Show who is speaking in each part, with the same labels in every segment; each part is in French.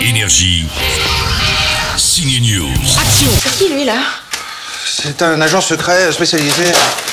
Speaker 1: Énergie. Signe News.
Speaker 2: Action
Speaker 3: C'est qui lui là
Speaker 4: C'est un agent secret spécialisé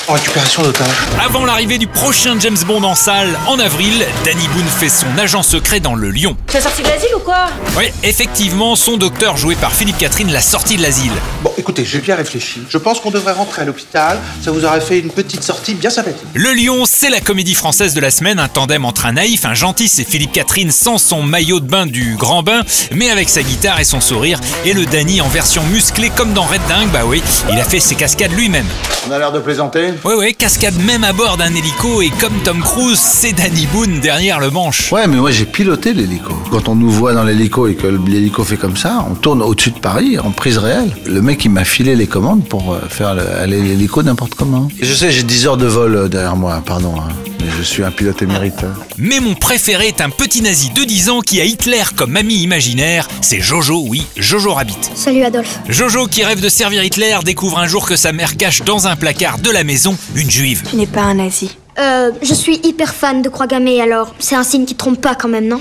Speaker 4: en récupération d'otages.
Speaker 5: Avant l'arrivée du prochain James Bond en salle, en avril, Danny Boone fait son agent secret dans le Lyon.
Speaker 3: Tu es sorti de l'asile ou quoi
Speaker 5: Oui, effectivement, son docteur joué par Philippe Catherine l'a sorti de l'asile.
Speaker 4: Bon, écoutez, j'ai bien réfléchi. Je pense qu'on devrait rentrer à l'hôpital. Ça vous aurait fait une petite sortie bien sympathique.
Speaker 5: Le Lyon, c'est la comédie française de la semaine, un tandem entre un naïf, un gentil, c'est Philippe Catherine sans son maillot de bain du grand bain, mais avec sa guitare et son sourire, et le Danny en version musclée comme dans Red Dingue, bah oui, il a fait ses cascades lui-même.
Speaker 6: On a l'air de plaisanter.
Speaker 5: Ouais ouais, cascade même à bord d'un hélico, et comme Tom Cruise, c'est Danny Boone derrière le manche.
Speaker 6: Ouais, mais moi j'ai piloté l'hélico. Quand on nous voit dans l'hélico et que l'hélico fait comme ça, on tourne au-dessus de Paris en prise réelle. Le mec il m'a filé les commandes pour euh, faire le- aller l'hélico n'importe comment. Et je sais, j'ai 10 heures de vol euh, derrière moi, hein, pardon. hein. Mais je suis un pilote émérite. hein.
Speaker 5: Mais mon préféré est un petit nazi de 10 ans qui a Hitler comme ami imaginaire, c'est Jojo, oui, Jojo Rabbit.
Speaker 7: Salut Adolphe.
Speaker 5: Jojo, qui rêve de servir Hitler, découvre un jour que sa mère cache dans un placard de la maison une juive.
Speaker 2: Tu n'es pas un nazi.
Speaker 7: Euh, je suis hyper fan de Croix Gammée alors. C'est un signe qui te trompe pas quand même, non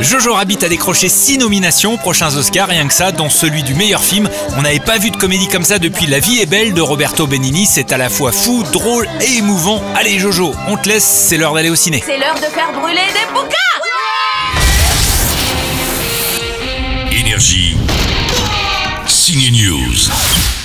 Speaker 5: Jojo Rabbit a décroché 6 nominations aux prochains Oscars, rien que ça, dont celui du meilleur film. On n'avait pas vu de comédie comme ça depuis La vie est belle de Roberto Benigni. C'est à la fois fou, drôle et émouvant. Allez Jojo, on te laisse, c'est l'heure d'aller au ciné.
Speaker 2: C'est l'heure de faire brûler des bouquins
Speaker 1: Énergie. Signe News.